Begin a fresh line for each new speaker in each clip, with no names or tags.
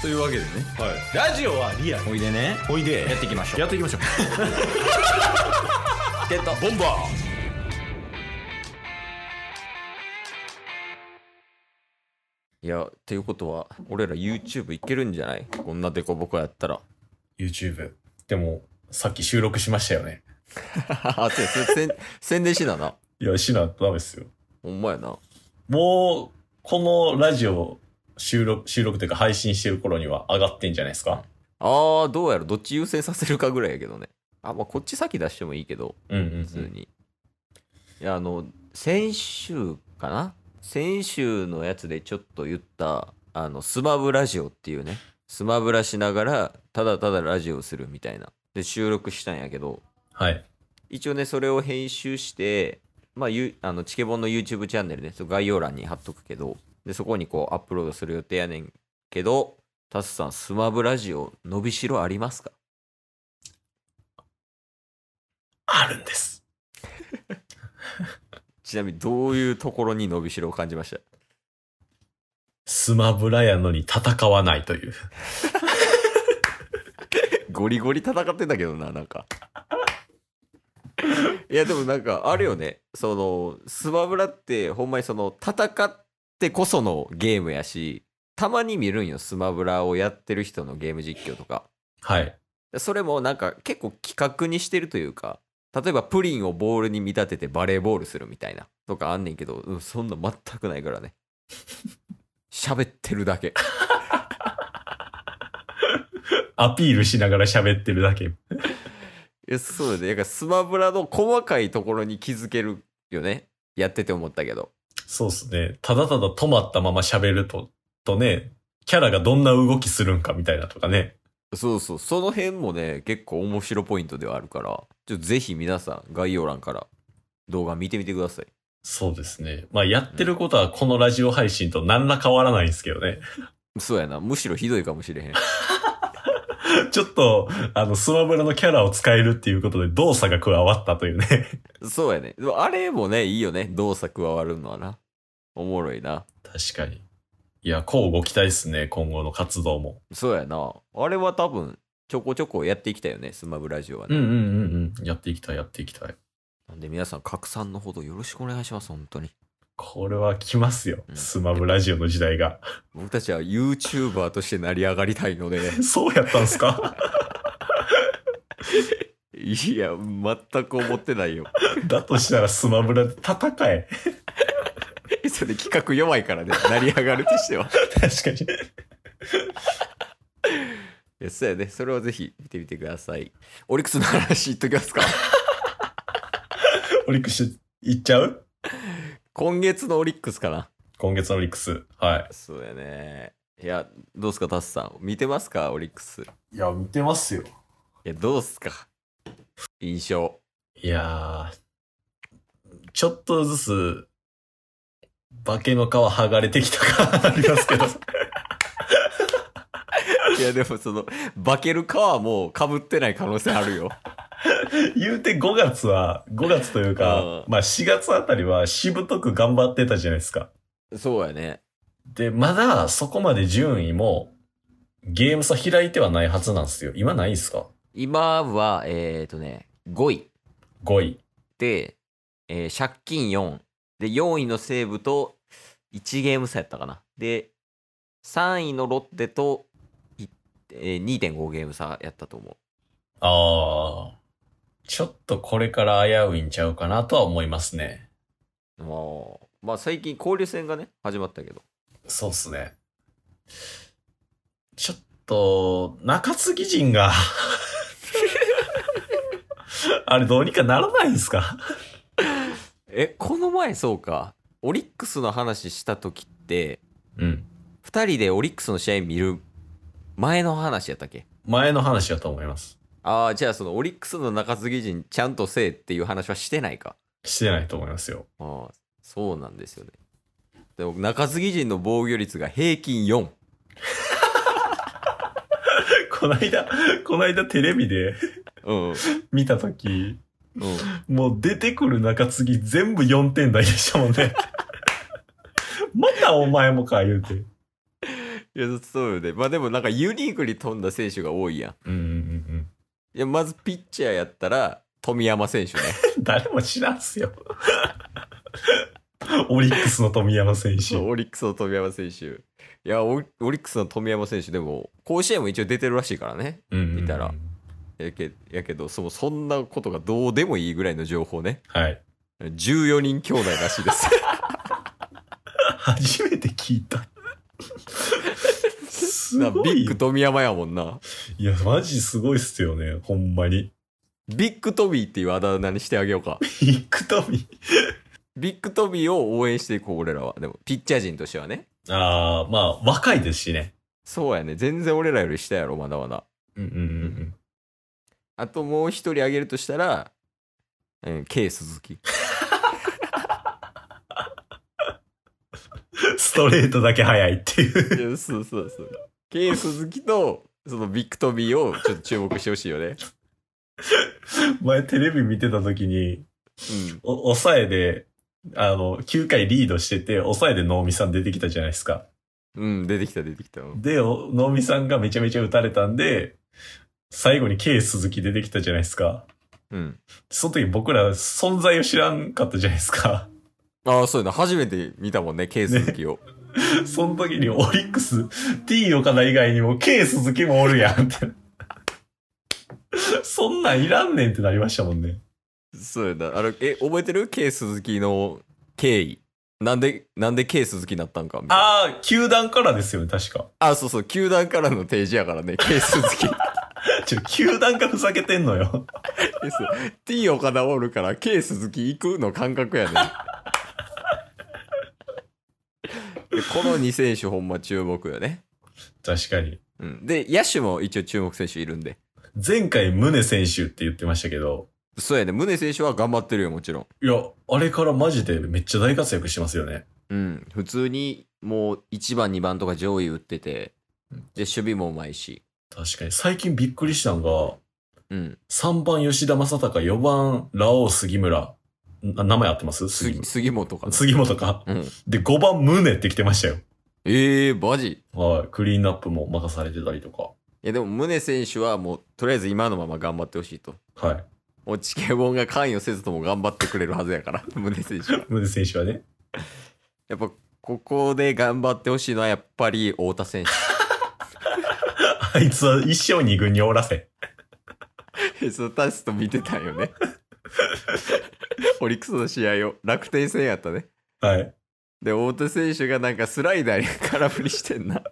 というわけでね
はい、ラジオはリアル
おいでね
おいで
やっていきましょう
やっていきましょう
ゲット
ボンバ
いやっていうことは俺ら YouTube いけるんじゃないこんなデコボコやったら
YouTube。でも、さっき収録しましたよね。
あそうやせせん宣伝してたない
や、しな、ダメですよ。
ほんまやな
もう、このラジオ、収録、収録というか配信してる頃には上がってんじゃないですか。
あーどうやろどっち優先させるかぐらいやけどねあまあこっち先出してもいいけど
うんうん、うん。
普通に、いやあの先週かな先週のやつでちょっと言ったあのスマブラジオっていうねスマブラしながらただただラジオをするみたいなで収録したんやけど
はい。
一応ねそれを編集してまあゆあのチケボンの YouTube チャンネルねそう概要欄に貼っとくけどでそこにこうアップロードする予定やねんけどタスさんスマブラジオ伸びしろありますか
あるんです。
ちなみにどういうところに伸びしろを感じました
スマブラやのに戦わないという。
ゴリゴリ戦ってんだけどな、なんか。いや、でもなんか、あるよね。その、スマブラって、ほんまにその、戦ってこそのゲームやし、たまに見るんよ、スマブラをやってる人のゲーム実況とか。
はい。
それもなんか、結構企画にしてるというか、例えばプリンをボールに見立ててバレーボールするみたいな、とかあんねんけど、うん、そんな全くないからね。喋ってるだけ。
アピールしながら喋ってるだけ。
いやそうだね。なんかスマブラの細かいところに気づけるよね。やってて思ったけど。
そうですね。ただただ止まったまま喋ると、とね、キャラがどんな動きするんかみたいなとかね。
そうそう。その辺もね、結構面白ポイントではあるから、ちょっとぜひ皆さん概要欄から動画見てみてください。
そうですね。まあ、やってることはこのラジオ配信と何ら変わらないんですけどね。
そうやな。むしろひどいかもしれへん。
ちょっと、あの、スマブラのキャラを使えるっていうことで動作が加わったというね。
そうやね。でもあれもね、いいよね。動作加わるのはな。おもろいな。
確かに。いや、こうご期待ですね、今後の活動も。
そうやな。あれは多分、ちょこちょこやっていきたいよね。スマブラジオは
う
ね。
んうんうんうん。やっていきたい、やっていきたい。
なんで皆さん拡散のほどよろしくお願いします。本当に。
これは来ますよ
う。ん
スマブラジオの時代が。
僕たちは YouTuber として成り上がりたいので。
そうやったんすか
いや、全く思ってないよ。
だとしたらスマブラで戦え。
それ企画弱いからね、成り上がるとしては。
確かに。
いやそうやね、それをぜひ見てみてください。オリックスの話言っときますか。
オリックス、行っちゃう
今月のオリックスかな。
今月のオリックス。は
そうやね。いや、どうすか、タスさん。見てますか、オリックス。い
い。いや、見てますよ。
や、どうすか。印象。
いやー、ちょっとずつ、化けの皮剥がれてきた感ありますけど。
いや、でもその、化ける皮も被ってない可能性あるよ。
言うて5月は、5月というか
う、ん
まあ4月あたりはしぶとく頑張ってたじゃないですか。
そうやね。
で、まだそこまで順位も、ゲーム差開いてはないはずなんですよ。今ないですか
今は、えっ、ー、とね、5位。
?5 位。
で、えー借金4で4位の西武と1ゲーム差やったかなで3位のロッテと、いえー2.5ゲーム差やったと思う
あー、ちょっとこれから危ういんちゃうかなとは思いますね。
まあまあ最近交流戦がね始まったけど
そうっすね。ちょっと、中継ぎ陣が、あれどうにかならないんですか
えこの前そうかオリックスの話した時って
うん。
2人でオリックスの試合見る前の話やったっけ
前の話だと思います。
ああじゃあそのオリックスの中継ぎ陣ちゃんとせえっていう話はしてないか
してないと思いますよ。
ああそうなんですよねでも中継ぎ陣の防御率が平均4
こないだ、こないだテレビで
うん、うん、
見たとき、もう出てくる中継ぎ全部4点台でしたもんね。またお前もか、言うて。
いや、そうよね。まあでもなんかユニークに飛んだ選手が多いやん。
うんうんうん
いや、まずピッチャーやったら、富山選手ね。
うん。誰も知らんすよ。オリックスの富山選手。
そうオリックスの富山選手。いやオリ、オリックスの富山選手、でも、甲子園も一応出てるらしいからね。
うんうんうん
見たら。やけやけどその、そんなことがどうでもいいぐらいの情報ね。
はい。
14人兄弟らしいです。
初めて聞いた。す
な
ご
ビ
い
ッ
よ
グ。富山やもんな。
いや、マジすごいっすよね。ほんまに。
ビッグトビーっていうあだ名にしてあげようか。
ビッグトミー。
ビッグトビーを応援していこう、俺らは。でも、ピッチャー陣としてはね。
ああ、まあ、若いですしね。
そうやね。全然俺らより下やろ、まだまだ。
うんうんうん
あともう一人挙げるとしたら、うん、K 鈴木。
うん。ストレートだけ速いっていう。
いや、 そうそうそう。K 鈴木と、そのビッグトビーをちょっと注目してほしいよね。
前テレビ見てた時に、お、抑えで、あの、9回リードしてて、抑えで能見さん出てきたじゃないですか。
うん。うん、出てきた出てきた。うん
で、お能見さんがめちゃめちゃ打たれたんで、最後に K 鈴木出てきたじゃないですか。
うん。
その時僕ら存在を知らんかったじゃないですか。
ああ、そうやな。初めて見たもんね、K 鈴木を。
その時にオリックス、T 岡田以外にも K 鈴木もおるやんって。 そんなんいらんねんってなりましたもんね。
そうやな。あれ、え、覚えてる ?K 鈴木の経緯。なんで、なんで K 鈴木になったんかみたいな。
ああ、球団からですよね、確か。
あ、そうそう。球団からの提示やからね、K 鈴木。
ちょ、球団がふざけてんのよ。
です。T 岡田おるから K 鈴木行くの感覚やねん。でこの2選手ほんま注目よね。
確かに。
うん、で、野手も一応注目選手いるんで。
前回、宗選手って言ってましたけど、
そうやね。宗選手は頑張ってるよ、もちろん。
いや、あれからマジでめっちゃ大活躍してますよね。
うん。普通にもう1番、2番とか上位打ってて、で、守備もうまいし。
確かに。最近びっくりしたのが、
うん。
3番吉田正尚、4番ラオウ杉村。な名前合ってます杉
杉杉本
村。
かな。
杉本か。
うん。
で、5番宗って来てましたよ。
ええー、マジ。
はい。クリーンナップも任されてたりとか。
いや、でも宗選手はもう、とりあえず今のまま頑張ってほしいと。
はい。
もうチケボンが関与せずとも頑張ってくれるはずやから、 宗選手は。
宗選手はね。
やっぱ、ここで頑張ってほしいのはやっぱり太田選手。
あいつは一生二軍におらせ。
そうタスと見てたんよねオリックスの試合を楽天戦やったね
はい。
で太田選手がなんかスライダーに空振りしてんな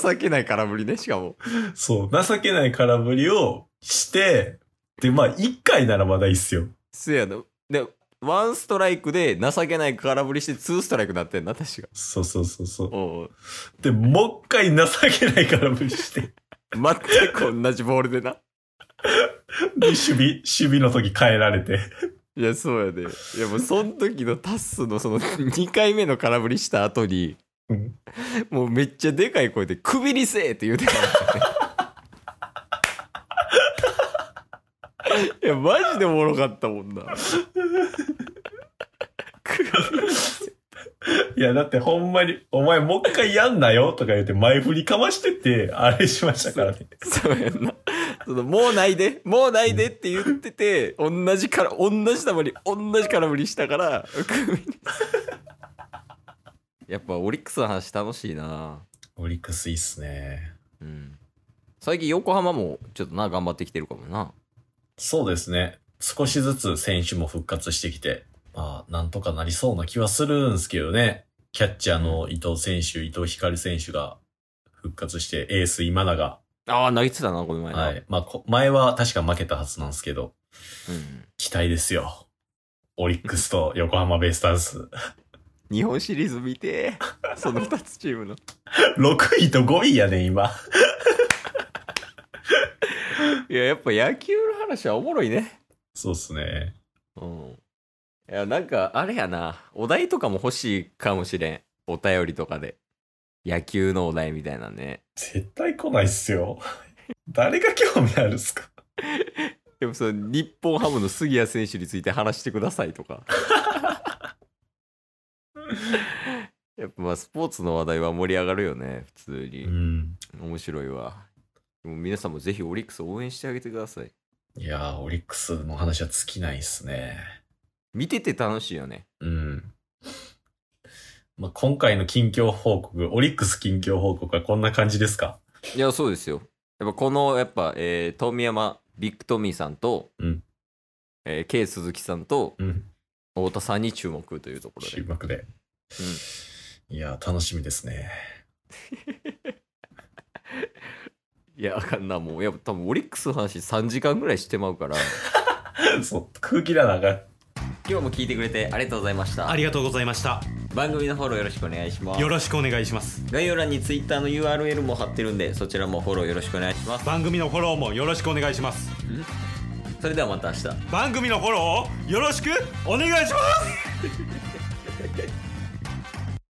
情けない空振りねしかも
そう。情けない空振りをして、で、まあ、1回ならまだいいっすよ。
せやのでワンストライクで情けない空振りしてツーストライクなってんな確か
そうそうそうそう。
おう
で、もう一回情けない空振りして。
全く同じボールでな
で、守備、守備の時変えられて。
いやそうやでいやもうその時のタッスのそ の2回目の空振りした後に
うん
もうめっちゃでかい声で「くびりせえ!」って言うてたもんねいやマジでおもろかったもんなく
いや、だってほんまに、お前もう一回やんなよとか言って前振りかましてて、あれしましたからね。
そうやんなそのもうないでもうないでって言ってて同じから同じ球に同じ空振りしたからくびりやっぱオリックスの話楽しいな
オリックスいいっすね。
うん最近横浜もちょっとな頑張ってきてるかもな
そうですね。少しずつ選手も復活してきて、まあ、なんとかなりそうな気はするんですけどね。キャッチャーの伊藤選手、伊藤光選手が復活して、エース今永。
ああ投げてたなこの前な、
はい。まあ、こ前は確か負けたはずなんですけど、
うん
期待ですよ。オリックスと横浜ベイスターズ。
日本シリーズ見 てえその2つチームの
6位と5位やね、今。
いややっぱ野球の話はおもろいね
そうっすね。
うんいやなんかあれやなお題とかも欲しいかもしれんお便りとかで野球のお題みたいなね
絶対来ないっすよ。誰が興味あるっすか
でもその日本ハムの杉谷 選手について話してくださいとかやっぱまあスポーツの話題は盛り上がるよね、普通
う
に。
ん。
面白いわ。もう皆さんもぜひオリックス応援してあげてください。
いやー、オリックスの話は尽きないっすね。
見てて楽しいよね。
うん。まあ、今回の近況報告、オリックス近況報告はこんな感じですか
いや、そうですよ。やっぱこの、やっぱ、えー、富山、ビッグトミーさんと、
うん
えー K 鈴木さんと、
うん。
太田さんに注目というところ
注
で。
目で。いやー、楽しみですね。
いや、あかんな、もう、やっぱ多分オリックスの話3時間ぐらいしてまうから、
そう、空気だな、が。
今日も聞いてくれてありがとうございました
あ。りがとうございました
番組のフォローよろしくお願いします
よ。ろしくお願いします
概要欄に Twitter の URL も貼ってるんで、そちらもフォローよろしくお願いします。
番組のフォローもよろしくお願いします
それではまた明日。
番組のフォローをよろしくお願いします